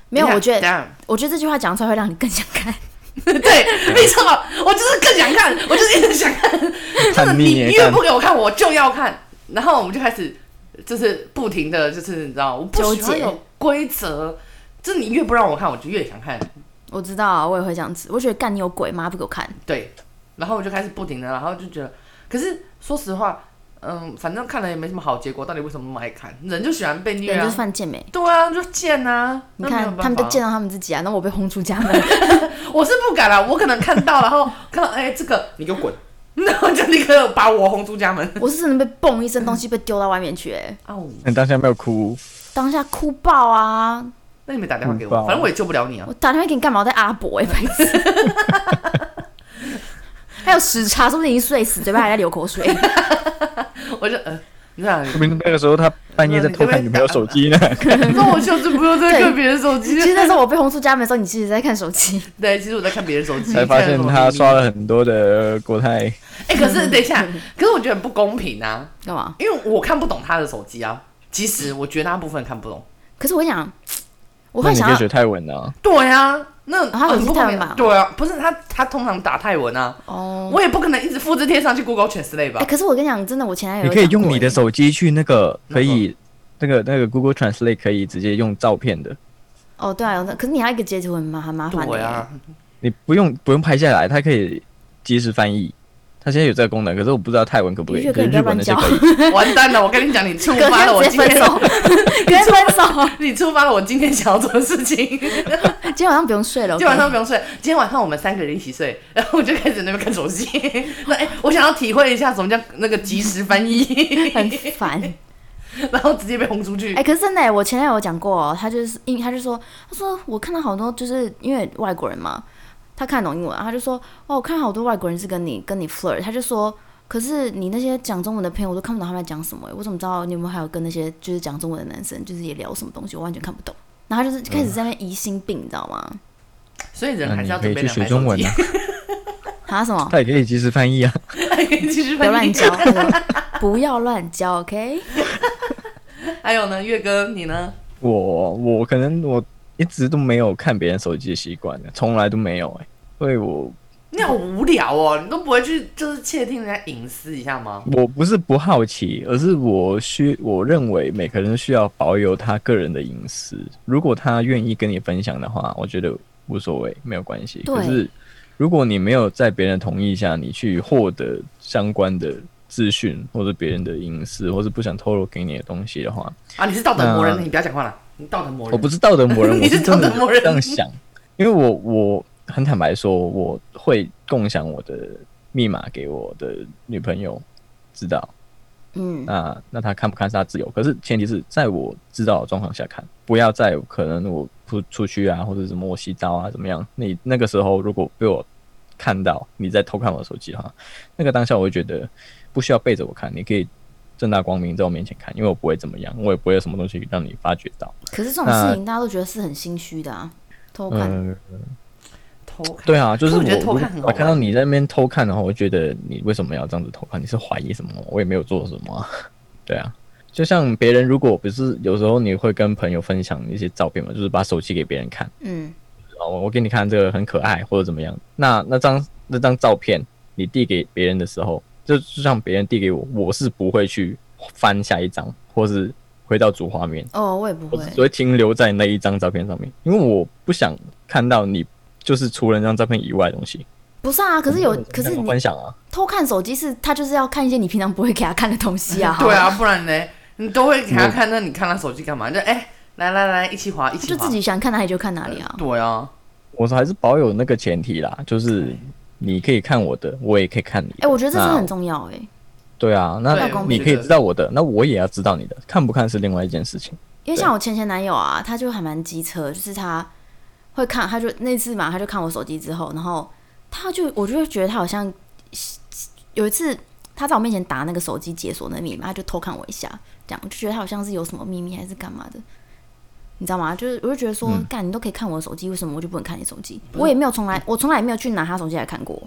Speaker 1: 没有，
Speaker 2: 等一下
Speaker 1: 我觉
Speaker 2: 等
Speaker 1: 得，
Speaker 2: 一下
Speaker 1: 我觉得这句话讲出来会让你更想看。
Speaker 2: 对，没错，我就是更想看，我就是一直想看。真的，
Speaker 3: 叛
Speaker 2: 你
Speaker 3: 逆也
Speaker 2: 越
Speaker 3: 看
Speaker 2: 不，给我看，我就要看。然后我们就开始，就是不停的，就是你知道，我不喜
Speaker 1: 纠
Speaker 2: 欢
Speaker 1: 结
Speaker 2: 有规则，就是你越不让我看，我就越想看。
Speaker 1: 我知道啊，我也会这样子。我觉得干你有鬼，妈不给我看。
Speaker 2: 对，然后我就开始不停的，然后就觉得，可是说实话，嗯，反正看了也没什么好结果，到底为什么那么爱看？人就喜欢被虐
Speaker 1: 人就
Speaker 2: 啊
Speaker 1: 是，犯贱美。
Speaker 2: 对啊，就贱啊。
Speaker 1: 你
Speaker 2: 那没有
Speaker 1: 看
Speaker 2: 办
Speaker 1: 他们就
Speaker 2: 法
Speaker 1: 见到他们自己啊，那我被轰出家门。
Speaker 2: 我是不敢啦，我可能看到，然后看到，哎、这个你给我 滚，然后就立刻把我轰出家门。
Speaker 1: 我是真的被嘣一声东西被丢到外面去、哎，
Speaker 2: 哦，
Speaker 3: 你当下没有哭，
Speaker 1: 当下哭爆啊！
Speaker 2: 那你没打电话给
Speaker 3: 很
Speaker 2: 我，
Speaker 3: 棒
Speaker 2: 反正我也救不了你啊
Speaker 1: 我。打电话给你干嘛？我在阿拉伯哎、白痴。 还有时差，说不定已经睡死，嘴巴还在流口水。
Speaker 2: 我就呃，你想，
Speaker 3: 说明那个时候他半夜在偷看女朋友手机呢。
Speaker 2: 那我就是不用再看别人手机
Speaker 1: 其。实那时候我被轰出家门的时候，你其实在看手机。
Speaker 2: 对，其实我在看别人手机，
Speaker 3: 才发现他刷
Speaker 2: 了。
Speaker 3: 了很多的国泰，
Speaker 2: 哎、可是等一下，可是我觉得很不公平啊，
Speaker 1: 干嘛？
Speaker 2: 因为我看不懂他的手机啊。其实我绝大部分看不懂。
Speaker 1: 可是我想，我
Speaker 3: 那
Speaker 1: 会
Speaker 3: 你
Speaker 1: 想
Speaker 3: 就
Speaker 1: 要
Speaker 3: 学泰文啊？
Speaker 2: 对啊，那、
Speaker 1: 哦他手机
Speaker 2: 很不公
Speaker 1: 泰文
Speaker 2: 平
Speaker 1: 吧
Speaker 2: 啊。对啊，不是他，他通常打泰文啊，
Speaker 1: 哦，
Speaker 2: 我也不可能一直复制贴上去 Google Translate 吧。
Speaker 1: 哎、可是我跟你讲，真哎的，我前男友
Speaker 3: 你
Speaker 1: 有
Speaker 3: 可以
Speaker 1: 讲
Speaker 3: 用
Speaker 1: 过
Speaker 3: 你的手机去那个可以，那个那个 Google Translate 可以直接用照片的，
Speaker 1: 哦，对啊，有的可是你还有一个截图很麻很哎麻烦的
Speaker 2: 对
Speaker 1: 耶、
Speaker 2: 啊，
Speaker 3: 你不用不用拍下来，它可以及时翻译。它现在有这个功能，可是我不知道泰文可不可以，
Speaker 1: 你就
Speaker 3: 可
Speaker 1: 可
Speaker 3: 是
Speaker 1: 以
Speaker 3: 日本那些可以。
Speaker 2: 完蛋了！我跟你讲，你触
Speaker 1: 隔
Speaker 2: 发了我
Speaker 1: 天直
Speaker 2: 今
Speaker 1: 接分
Speaker 2: 天
Speaker 1: 手，隔天分手，
Speaker 2: 你触发了我今天想要做的事情。
Speaker 1: 今天晚上不用睡了。
Speaker 2: 今天晚
Speaker 1: OK
Speaker 2: 上不用睡，今天晚上我们三个人一起睡， 然后我就开始那边看手机。 那哎、我想要体会一下什么叫那个即时翻译，
Speaker 1: 很烦，
Speaker 2: 然后直接被轰出去。
Speaker 1: 哎、可是真的耶，我前男友有讲过、哦，他就是因他就说，他说我看到好多就是因为外国人嘛，他看得懂英文啊，他就说哦，我看好多外国人是跟你跟你 flirt，他就说，可是你那些讲中文的朋友，我都看不懂他们在讲什么欸耶，我怎么知道你有没有还有跟那些就是讲中文的男生就是也聊什么东西，我完全看不懂。然后他就是开始在那边疑心病，你知道吗？
Speaker 2: 所以人
Speaker 3: 那
Speaker 2: 还是
Speaker 3: 你
Speaker 2: 要
Speaker 3: 可
Speaker 2: 准
Speaker 3: 以
Speaker 2: 备
Speaker 3: 去
Speaker 2: 两
Speaker 3: 学
Speaker 2: 台
Speaker 3: 中
Speaker 2: 手
Speaker 3: 文
Speaker 2: 机
Speaker 3: 啊，，
Speaker 1: 啊什么？
Speaker 3: 它也可以及时翻译啊。
Speaker 2: 即时
Speaker 1: 不要
Speaker 2: 翻
Speaker 1: 乱
Speaker 2: 译。
Speaker 1: 教，他说不要乱教，OK？
Speaker 2: 还有呢，月哥你呢？
Speaker 3: 我我可能我一直都没有看别人手机的习惯的，从来都没有哎、所以我
Speaker 2: 你好无聊哦，你都不会去就是窃听人家隐私一下吗？
Speaker 3: 我不是不好奇，而是我需我认为每个人需要保有他个人的隐私。如果他愿意跟你分享的话，我觉得无所谓，没有关系。
Speaker 1: 对
Speaker 3: 可是如果你没有在别人的同意下，你去获得相关的资讯或者别人的隐私，或是不想透露给你的东西的话，
Speaker 2: 啊，你是道德魔人，
Speaker 3: 那
Speaker 2: 你不要讲话了，你道德魔人。
Speaker 3: 呃我不是道德 魔人，
Speaker 2: 你
Speaker 3: 我
Speaker 2: 是
Speaker 3: 是真的
Speaker 2: 道德魔人
Speaker 3: 这样想，因为我我很坦白说，我会共享我的密码给我的女朋友知道。
Speaker 1: 嗯，
Speaker 3: 那那他看不看是他自由，可是前提是在我知道的状况下看，不要在可能我出出去啊，或者什么我洗澡啊怎么样，你那个时候如果被我看到你在偷看我的手机的话，那个当下我会觉得不需要背着我看，你可以正大光明在我面前看，因为我不会怎么样，我也不会有什么东西让你发觉到。
Speaker 1: 可是这种事情大家都觉得是很心虚的啊，偷看。
Speaker 3: 嗯，
Speaker 2: 偷看，
Speaker 3: 对啊，就是
Speaker 2: 可
Speaker 3: 我
Speaker 2: 我觉得偷看很好
Speaker 3: 如果我
Speaker 2: 玩
Speaker 3: 看到你在那边偷看的话，我会觉得你为什么要这样子偷看？你是怀疑什么？我也没有做什么啊、对啊，就像别人如果不是有时候你会跟朋友分享一些照片嘛，就是把手机给别人看，
Speaker 1: 嗯，
Speaker 3: 哦，我给你看这个很可爱或者怎么样。那那张那张照片你递给别人的时候，就就像别人递给我，我是不会去翻下一张，或是回到主画面。
Speaker 1: 哦，我也不
Speaker 3: 我
Speaker 1: 会
Speaker 3: 只。会停留在那一张照片上面，因为我不想看到你就是除了那张照片以外的东西。
Speaker 1: 不是啊，可是有，可是
Speaker 3: 我
Speaker 1: 你
Speaker 3: 分享啊，
Speaker 1: 偷看手机是他就是要看一些你平常不会给他看的东西啊。
Speaker 2: 对，啊，不然呢？你都会给他看，那你看他手机干嘛？就哎、来来来，一起滑，一
Speaker 1: 他
Speaker 2: 起
Speaker 1: 就
Speaker 2: 滑。
Speaker 1: 自己想看哪里就看哪里啊。
Speaker 2: 对啊，
Speaker 3: 我还是保有那个前提啦，就是你可以看我的，我也可以看你的。
Speaker 1: 哎、我觉得这真的很
Speaker 3: 那
Speaker 1: 重要哎、
Speaker 3: 对啊，
Speaker 2: 对
Speaker 3: 那
Speaker 1: 我
Speaker 3: 你
Speaker 2: 觉
Speaker 3: 可以
Speaker 2: 得
Speaker 3: 知道我的，那我也要知道你的，看不看是另外一件事情。
Speaker 1: 因为像我前前男友啊，他就还蛮机车，就是他会看，他就那次嘛，他就看我手机之后，然后他就我就会觉得他好像有一次他在我面前打那个手机解锁那密码，他就偷看我一下，这样我就觉得他好像是有什么秘密还是干嘛的。你知道吗？就是我就觉得说，
Speaker 3: 嗯
Speaker 1: 干、你都可以看我的手机，为什么我就不能看你手机？
Speaker 2: 不是
Speaker 1: 我也没有从
Speaker 2: 嗯
Speaker 1: 来，我从来也没有去拿他手机来看过。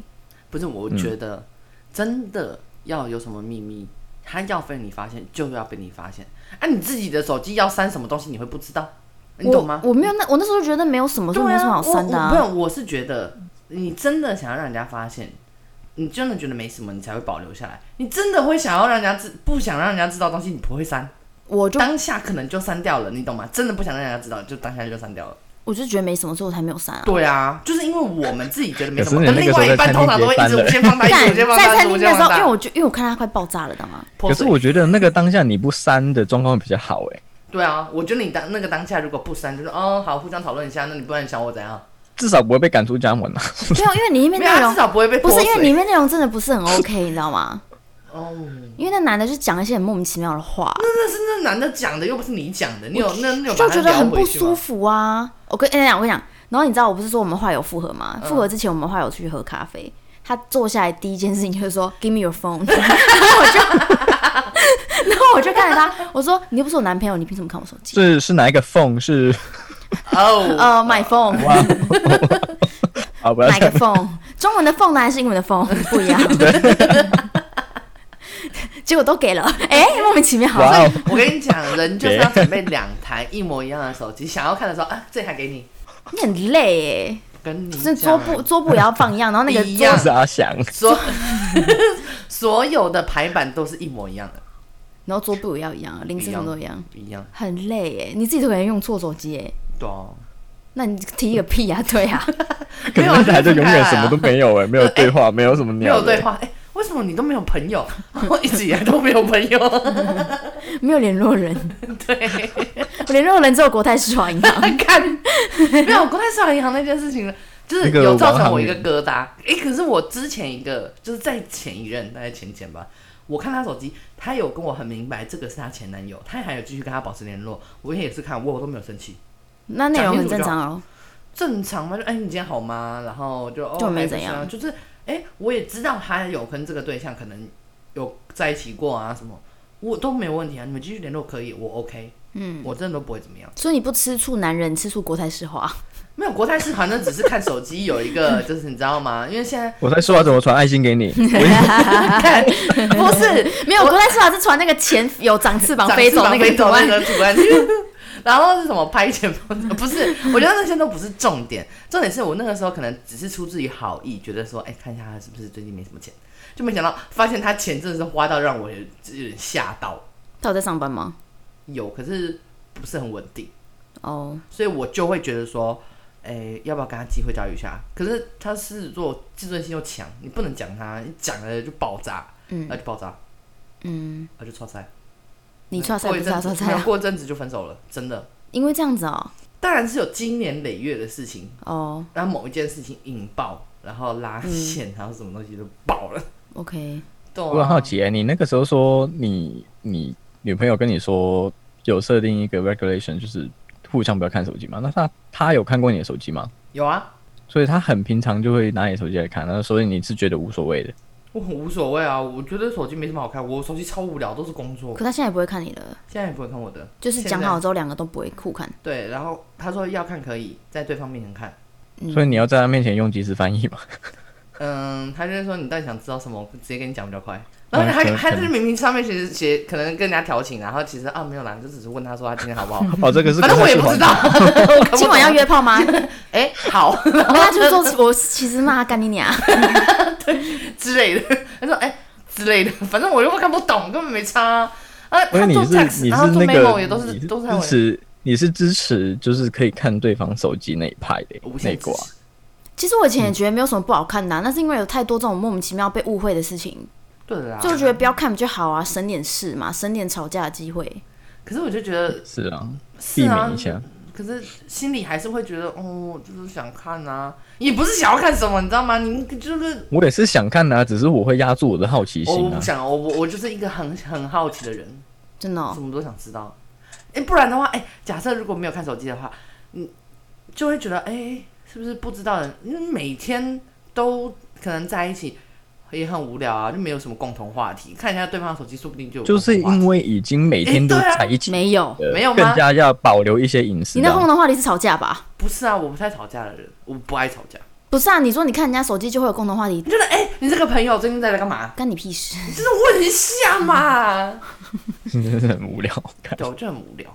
Speaker 2: 不是，我
Speaker 3: 嗯
Speaker 2: 觉得、真的要有什么秘密，他要被你发现，就要被你发现。啊，你自己的手机要删什么东西，你会不知道，你懂吗？
Speaker 1: 我我没有那我那时候就觉得没有什么，
Speaker 2: 对
Speaker 1: 所以没有什么好删的、
Speaker 2: 啊。我我不是，我是觉得你真的想要让人家发现，你真的觉得没什么，你才会保留下来。你真的会想要让人家知，不想让人家知道的东西，你不会删，
Speaker 1: 我就
Speaker 2: 当下可能就删掉了，你懂吗？真的不想让人家知道，就当下就删掉了。
Speaker 1: 我就觉得没什么，所以我才没有删啊。
Speaker 2: 对啊，就是因为我们自己觉得没什么，
Speaker 3: 可是
Speaker 2: 但
Speaker 3: 你
Speaker 2: 另
Speaker 3: 那个时候
Speaker 2: 外一半通常都会一直无限放大，一直无限
Speaker 1: 在
Speaker 2: 放大，一
Speaker 1: 餐
Speaker 2: 直无
Speaker 1: 厅
Speaker 2: 限
Speaker 1: 的时
Speaker 2: 放
Speaker 1: 候，
Speaker 2: 大。
Speaker 1: 因为我就因为我看他快爆炸了，知道吗？
Speaker 2: 破
Speaker 3: 可是
Speaker 2: 碎
Speaker 3: 我觉得那个当下你不删的状况比较好欸诶、
Speaker 2: 对啊，我觉得你当那个当下如果不删，就是哦好，互相讨论一下，那你不然你想我怎样？
Speaker 3: 至少不会被赶出家门啊。
Speaker 1: 没有，因为你那边
Speaker 2: 没有，啊
Speaker 1: 内
Speaker 2: 他
Speaker 1: 容
Speaker 2: 至少不会被
Speaker 1: 不
Speaker 2: 泼
Speaker 1: 是
Speaker 2: 水
Speaker 1: 因为里面内容真的不是很 OK，你知道 吗？
Speaker 2: 哦，
Speaker 1: 因为那男的就讲一些很莫名其妙的话，
Speaker 2: 那是那男的讲的，又不是你讲的，你有那你有
Speaker 1: 就觉得很不舒
Speaker 2: 服。
Speaker 1: 服啊。我跟哎呀，我跟你讲，然后你知道我不是说我们话有复合吗？复合之前我们话有去喝咖啡，他坐下来第一件事情就是说 “Give me your phone”，然 后我 就，然后我就看着他，我说：“你又不是我男朋友，你凭什么看我手机
Speaker 3: 是是哪一个缝？是
Speaker 2: 哦，
Speaker 1: 呃、m y phone。
Speaker 3: 啊，不要
Speaker 1: 哪
Speaker 3: 讲
Speaker 1: 个缝？中文的缝呢，还是英文的 缝？不一样。 结果都给了，哎、莫名其妙。
Speaker 3: 哇哦，
Speaker 2: 我跟你讲，人就是要准备两台一模一样的手机，想要看的时候啊，这台给你，
Speaker 1: 你很累哎、
Speaker 2: 跟你
Speaker 1: 这桌
Speaker 2: 讲，
Speaker 1: 布桌布也要放一样，然 后那个
Speaker 2: 一
Speaker 1: 桌
Speaker 2: 样
Speaker 3: 我是阿翔。
Speaker 2: 所 所有的排版都是一模一样的，
Speaker 1: 然后桌布也要一样，零食什么都一样，
Speaker 2: 一样，
Speaker 1: 很累哎、你自己都可能用错手机哎、
Speaker 2: 对啊。
Speaker 1: 那你提个屁啊！对啊，
Speaker 3: 可
Speaker 2: 没有
Speaker 3: 能那台就
Speaker 2: 就是
Speaker 3: 永
Speaker 2: 看
Speaker 3: 远
Speaker 2: 啊
Speaker 3: 什么都没有哎、没有对话，没有什么
Speaker 2: 没
Speaker 3: 鸟
Speaker 2: 有
Speaker 3: 的
Speaker 2: 对话，哎、为什么你都没有朋友？ 我一直以来都没有朋友，
Speaker 1: 没有联络人，
Speaker 2: 对，
Speaker 1: 联络人只有国泰世华银行。
Speaker 2: 看， 没有国泰世华银行那件事情呢，就是
Speaker 3: 那个
Speaker 2: 有造成
Speaker 3: 王
Speaker 2: 我
Speaker 3: 航
Speaker 2: 一个
Speaker 3: 员
Speaker 2: 疙瘩。哎、可是我之前一个就是在前一任，大概前前吧，我看他手机，他有跟我很明白，这个是他前男友，他还有继续跟他保持联络。我也是看，我我都没有生气，
Speaker 1: 那内容很正常哦，
Speaker 2: 正常嘛，就哎、你今天好吗？然后就哦
Speaker 1: 就没
Speaker 2: 还不
Speaker 1: 怎样
Speaker 2: 错啊就是哎、我也知道他有跟这个对象可能有在一起过啊什么，我都没有问题啊，你们继续联络可以，我 OK，
Speaker 1: 嗯，
Speaker 2: 我真的都不会怎么样。
Speaker 1: 所以你不吃醋男人，吃醋国泰世华。
Speaker 2: 没有国泰世华，那只是看手机有一个，就是你知道吗？因为现在
Speaker 3: 我在说话怎么传爱 心给你？我
Speaker 2: 看，不是
Speaker 1: 没有国泰世华是传那个钱有长翅膀
Speaker 2: 长
Speaker 1: 飞
Speaker 2: 翅
Speaker 1: 走
Speaker 2: 膀
Speaker 1: 那个
Speaker 2: 飞
Speaker 1: 图
Speaker 2: 走
Speaker 1: 案
Speaker 2: 那，个图案。 然后是什么拍前方照？ 不是，我觉得那些都不是重点，重点是我那个时候可能只是出自于好意，觉得说，哎、看一下他是不是最近没什么钱，就没想到发现他钱真的是花到让我有有点吓到，
Speaker 1: 他有在上班吗？
Speaker 2: 有，可是不是很稳定，
Speaker 1: 哦，
Speaker 2: 所以我就会觉得说，哎、要不要跟他机会教育一下？可是他狮子座自尊心又强，你不能讲他，你讲了就爆炸，
Speaker 1: 嗯
Speaker 2: 那就爆炸，
Speaker 1: 嗯，
Speaker 2: 那就超赛，
Speaker 1: 你刷菜
Speaker 2: 过
Speaker 1: 不
Speaker 2: 一
Speaker 1: 是
Speaker 2: 阵
Speaker 1: 他
Speaker 2: 子
Speaker 1: 刷
Speaker 2: 没
Speaker 1: 菜
Speaker 2: 有
Speaker 1: 啊？
Speaker 2: 过一阵子就分手了，真的。
Speaker 1: 因为这样子哦，
Speaker 2: 当然是有经年累月的事情，
Speaker 1: 哦
Speaker 2: 然后某一件事情引爆，然后拉线，
Speaker 1: 嗯
Speaker 2: 然后什么东西都爆了。
Speaker 1: ，OK，
Speaker 2: 对、
Speaker 3: 我很好，奇、欸，你那个时候说你你女朋友跟你说有设定一个 regulation，就是互相不要看手机嘛？那她她有看过你的手机吗？
Speaker 2: 有啊，
Speaker 3: 所以她很平常就会拿你的手机来看，那所以你是觉得无所谓的。
Speaker 2: 我很无所谓啊，我觉得手机没什么好看，我手机超无聊，都是工作，
Speaker 1: 可他现在也不会看你的，
Speaker 2: 现在也不会看我的。
Speaker 1: 就是
Speaker 2: 现
Speaker 1: 讲
Speaker 2: 在
Speaker 1: 好之后两个都不会互看。
Speaker 2: 对，然后他说要看可以在对方面前看，
Speaker 1: 嗯
Speaker 3: 所以你要在她面前用即时翻译嘛？
Speaker 2: 嗯，他就是说你到底想知道什么，我直接跟你讲比较快。然后他
Speaker 3: 可能
Speaker 2: 他就
Speaker 3: 可
Speaker 2: 是
Speaker 3: 能
Speaker 2: 明明上面其实写可能跟人家调情，然后其实啊没有啦，就只是问他说他今天 好不好，
Speaker 3: 哦，这个是
Speaker 2: 反正我也不知道。我搞 懂
Speaker 1: 今晚要约炮 吗？
Speaker 2: 哎好，
Speaker 1: 然后他就说：“我其实骂干你娘。
Speaker 2: 之类的。他说哎、之类的，反正我又看不懂，根本没差啊。啊，
Speaker 3: 因
Speaker 2: 他
Speaker 3: 为你
Speaker 2: 做
Speaker 3: 是
Speaker 2: text，
Speaker 3: 你
Speaker 2: 然
Speaker 3: 是
Speaker 2: 后做
Speaker 3: 那
Speaker 2: memo
Speaker 3: 个
Speaker 2: 也都是
Speaker 3: 你是
Speaker 2: 都是在我
Speaker 3: 支持你是支持就是可以看对方手机那一派的
Speaker 2: 无
Speaker 3: 那
Speaker 2: 限
Speaker 3: 一
Speaker 2: 制
Speaker 3: 挂。。
Speaker 1: 其实我以前也觉得没有什么不好看的啊、那是因为有太多这种莫名其妙被误会的事情，
Speaker 2: 对啊啦，
Speaker 1: 就觉得。不要看比较好啊，省点事嘛，省点吵架的机会。
Speaker 2: 可是我就觉得
Speaker 3: 是啊，
Speaker 2: 是
Speaker 3: 避
Speaker 2: 啊
Speaker 3: 免一，下。
Speaker 2: 可是心里还是会觉得，哦，就是想看啊，也不是想要看什么，你知道吗？你就是。
Speaker 3: 我也是想看啊，只是我会压住我的好奇
Speaker 2: 我
Speaker 3: 心
Speaker 2: 不
Speaker 3: 啊。
Speaker 2: 想，我我我就是一个很很好奇的人，
Speaker 1: 真的、哦
Speaker 2: 什，么都想知道。哎、不然的话，哎、假设如果没有看手机的话，你就会觉得，哎、是不是不知道人？因为每天都可能在一起，也很无聊啊，就没有什么共同话题。看一下对方的手机，说不定就有
Speaker 3: 就是
Speaker 2: 共同话题
Speaker 3: 因为已经每天都在一起，
Speaker 1: 没有。
Speaker 3: 呃
Speaker 2: 啊没有吗
Speaker 3: 更加要保留一些隐私
Speaker 1: 你那共
Speaker 3: 啊。
Speaker 1: 同话题是吵架吧？
Speaker 2: 不是啊，我不太吵架的人，我不爱吵架。
Speaker 1: 不是啊，你说你看人家手机就会有共同话题，
Speaker 2: 你觉得，哎、你这个朋友最近在 干嘛？
Speaker 1: 干你屁事？
Speaker 2: 就是问一下 嘛。
Speaker 3: 真的很无聊，看
Speaker 2: 对，我就很无聊，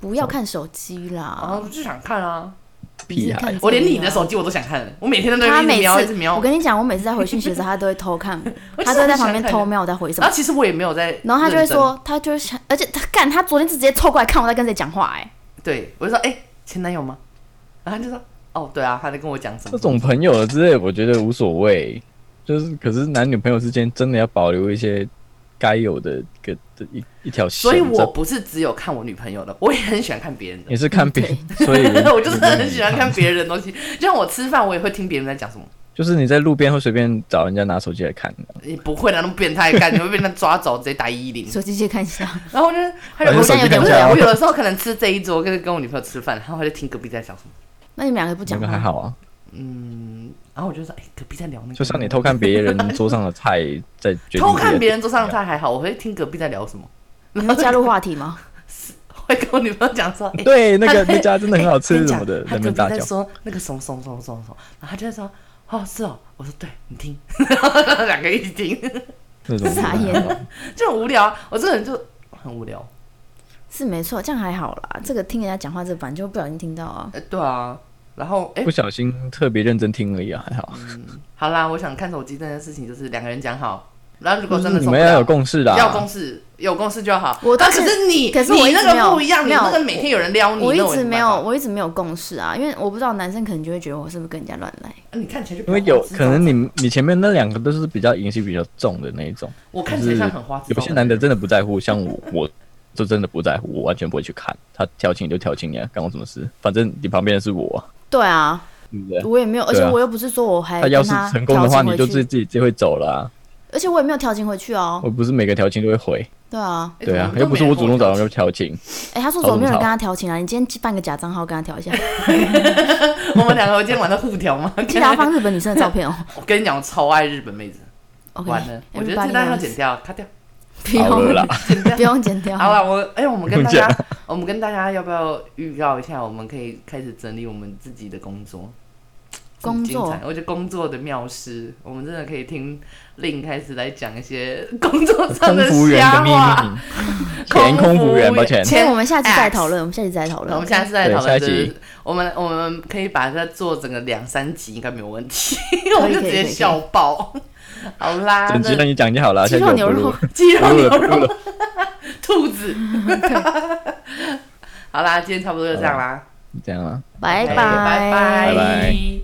Speaker 1: 不要看手机
Speaker 2: 然
Speaker 1: 啦，
Speaker 2: 后就想看哦啊，
Speaker 1: 你
Speaker 3: 屁
Speaker 1: 哦是看
Speaker 3: 孩
Speaker 1: 这个啊
Speaker 2: 我连你的手机我都想看，我每天都在那
Speaker 1: 他
Speaker 2: 边
Speaker 1: 每
Speaker 2: 一直瞄，一直
Speaker 1: 次，我
Speaker 2: 瞄。
Speaker 1: 跟你讲，我每次在回讯息的时候，他都会偷看我，
Speaker 2: 我
Speaker 1: 他
Speaker 2: 就是
Speaker 1: 都会在
Speaker 2: 很
Speaker 1: 旁边
Speaker 2: 想看
Speaker 1: 偷瞄我在回什
Speaker 2: 然
Speaker 1: 么
Speaker 2: 后。其实我也没有在认真，
Speaker 1: 然后他就会说，他就会想，而且他干，他昨天是直接凑过来看我在跟谁讲话、哎，
Speaker 2: 对，我就说，哎、前男友吗？然后他就说，哦，对啊，他在跟我讲什么？
Speaker 3: 这种朋友之类，我觉得无所谓。就是，可是男女朋友之间真的要保留一些该有的个的一一条线。
Speaker 2: 所以我
Speaker 3: 这
Speaker 2: 不是只有看我女朋友的，我也很喜欢看别人的
Speaker 3: 也。是看别， 所以
Speaker 2: 嗯我就是很喜欢看别人的东西，就像我吃饭，我也会听别人在讲什么。
Speaker 3: 就是你在路边会随便找人家拿手机来看，
Speaker 2: 你不会啊的，那么变态干，你会被他抓走，直接打一一零。
Speaker 1: 手机借看一下。
Speaker 2: 然后我就是，还
Speaker 3: 把
Speaker 2: 有
Speaker 3: 你
Speaker 2: 我
Speaker 3: 手
Speaker 1: 像
Speaker 3: 机
Speaker 1: 有点
Speaker 3: 看
Speaker 2: 不
Speaker 3: 起
Speaker 2: 是
Speaker 1: 无
Speaker 3: 来
Speaker 1: 聊
Speaker 2: 我有的时候可能吃这一桌，跟跟我女朋友吃饭，然后我就听隔壁在讲什么。
Speaker 1: 那你们两个不
Speaker 3: 那
Speaker 1: 讲
Speaker 3: 个
Speaker 1: 话
Speaker 3: 还好啊。
Speaker 2: 嗯，然后我就说，哎、隔壁在聊那个。
Speaker 3: 就像你偷看别人桌上的菜，在决定
Speaker 2: 偷看别人
Speaker 3: 自
Speaker 2: 桌上的菜还好，我会听隔壁在聊什么，
Speaker 1: 你会加入话题吗？
Speaker 2: 会跟我女朋友讲说，哎、
Speaker 3: 己的对那个
Speaker 2: 他在哎
Speaker 3: 那家真的很好吃什么的，
Speaker 2: 他
Speaker 3: 在那
Speaker 2: 隔
Speaker 3: 边
Speaker 2: 壁
Speaker 3: 大
Speaker 2: 在
Speaker 3: 叫。
Speaker 2: 说那个什么什么什么什么什么，然后他就在说，哦是哦，我说对你听， 两个一起听，
Speaker 3: 那种
Speaker 1: 傻眼
Speaker 3: 很好
Speaker 2: 就很无聊啊。我这个人就很无聊。
Speaker 1: 是没错，这样还好啦。这个听人家讲话，这反正就不小心听到啊。
Speaker 2: 哎、对啊，然后哎、
Speaker 3: 不小心特别认真听而已啊，还好。
Speaker 2: 好啦，我想看手机这件事情，就是两个人讲好，然后如果
Speaker 3: 就
Speaker 2: 真
Speaker 3: 是
Speaker 2: 的
Speaker 3: 嗯你
Speaker 2: 受不
Speaker 3: 们
Speaker 2: 了
Speaker 3: 要有共识的、
Speaker 2: 要
Speaker 3: 啊
Speaker 2: 公，式，有公式就好。
Speaker 1: 我
Speaker 2: 但
Speaker 1: 但
Speaker 2: 可
Speaker 1: 是
Speaker 2: 是你，
Speaker 1: 可是我
Speaker 2: 你
Speaker 1: 一直
Speaker 2: 那
Speaker 1: 没
Speaker 2: 个
Speaker 1: 有
Speaker 2: 不一样，你
Speaker 1: 没有
Speaker 2: 那个每天有人撩你，
Speaker 1: 我一
Speaker 2: 那
Speaker 1: 直
Speaker 2: 也
Speaker 1: 没
Speaker 2: 办
Speaker 1: 有，
Speaker 2: 法。
Speaker 1: 我一直没有共识啊，因为我不知道男生可能就会觉得我是不是跟人家乱来。
Speaker 2: 啊你看起来就
Speaker 3: 因为有可
Speaker 2: 啊
Speaker 3: 能你你前面那两个都是比较隐性比较重的那一种，
Speaker 2: 我
Speaker 3: 就
Speaker 2: 看起来
Speaker 3: 是
Speaker 2: 像很花啊枝招
Speaker 3: 有
Speaker 2: 展，
Speaker 3: 些男的真的不在乎，像我我就真的不在乎，我完全不会去看他调情你就调情你啊，干我什么事？反正你旁边的是我啊，
Speaker 1: 对啊，
Speaker 3: 对不对？
Speaker 1: 我也没有，而且
Speaker 3: 对啊
Speaker 1: 我又不是说我还
Speaker 3: 他
Speaker 1: 跟
Speaker 3: 要是
Speaker 1: 他
Speaker 3: 成功的
Speaker 1: 调
Speaker 3: 话，
Speaker 1: 情
Speaker 3: 你
Speaker 1: 回
Speaker 3: 就自己
Speaker 1: 去，
Speaker 3: 自己就会走了、
Speaker 1: 而且我也没有调情回去哦。
Speaker 3: 我不是每个调情都会回，
Speaker 1: 对啊，
Speaker 2: 哎
Speaker 3: 对
Speaker 2: 怎
Speaker 3: 啊，
Speaker 2: 么
Speaker 3: 又不是
Speaker 2: 都没人
Speaker 3: 我主
Speaker 2: 跟我
Speaker 3: 动找人
Speaker 2: 讲
Speaker 3: 要调情，
Speaker 1: 哎，他说怎么没有人
Speaker 3: 好怎么
Speaker 1: 跟他调情啊？你今天办个假账号跟他调一下，
Speaker 2: 我们两个今天晚上互 调吗？
Speaker 1: 记得要放日本女生的照片 哦。
Speaker 2: 我跟你讲，我超爱日本妹子，
Speaker 1: OK，哎
Speaker 2: 完了，我觉得
Speaker 1: everybody
Speaker 2: 这段要
Speaker 1: knows
Speaker 2: 剪掉，卡掉，
Speaker 1: 不
Speaker 3: 好了
Speaker 1: 用
Speaker 3: 啦，
Speaker 2: 剪掉
Speaker 1: 不。用剪掉。
Speaker 2: 好了，我哎、我们跟大
Speaker 3: 不用
Speaker 2: 家，我们跟大家要不要预告一下？我们可以开始整理我们自己的工作。
Speaker 1: 工
Speaker 2: 精
Speaker 1: 作
Speaker 2: 彩，我觉得工作的妙事，我们真的可以听令开始来讲 一些工作上
Speaker 3: 空服员
Speaker 2: 瞎
Speaker 3: 的秘
Speaker 2: 话。
Speaker 3: 密，前空服员，抱歉，
Speaker 1: 所以我们下期再
Speaker 2: Apps
Speaker 1: 讨论，我们下期再讨论。
Speaker 2: 哎那我们下次再讨论，就
Speaker 3: 对下一集
Speaker 2: 是我们我们可以把它做整个两三集，应该没有 问题。
Speaker 1: 以
Speaker 2: 我们就直
Speaker 1: 可以
Speaker 2: 接
Speaker 1: 可以
Speaker 2: 笑爆。好啦，
Speaker 3: 整集
Speaker 2: 那
Speaker 3: 让你讲就好了，
Speaker 1: 鸡
Speaker 3: 下
Speaker 1: 肉
Speaker 3: 次
Speaker 1: 牛
Speaker 3: 我不录
Speaker 1: 肉
Speaker 3: 了，
Speaker 2: 鸡肉
Speaker 3: 不录
Speaker 2: 牛
Speaker 3: 了，不录
Speaker 2: 肉
Speaker 3: 了，
Speaker 2: 兔子。 好啦，今天差不多就这样啦，
Speaker 3: 这样啊。
Speaker 1: 拜
Speaker 2: 哎拜
Speaker 1: 拜
Speaker 2: 拜
Speaker 3: 拜拜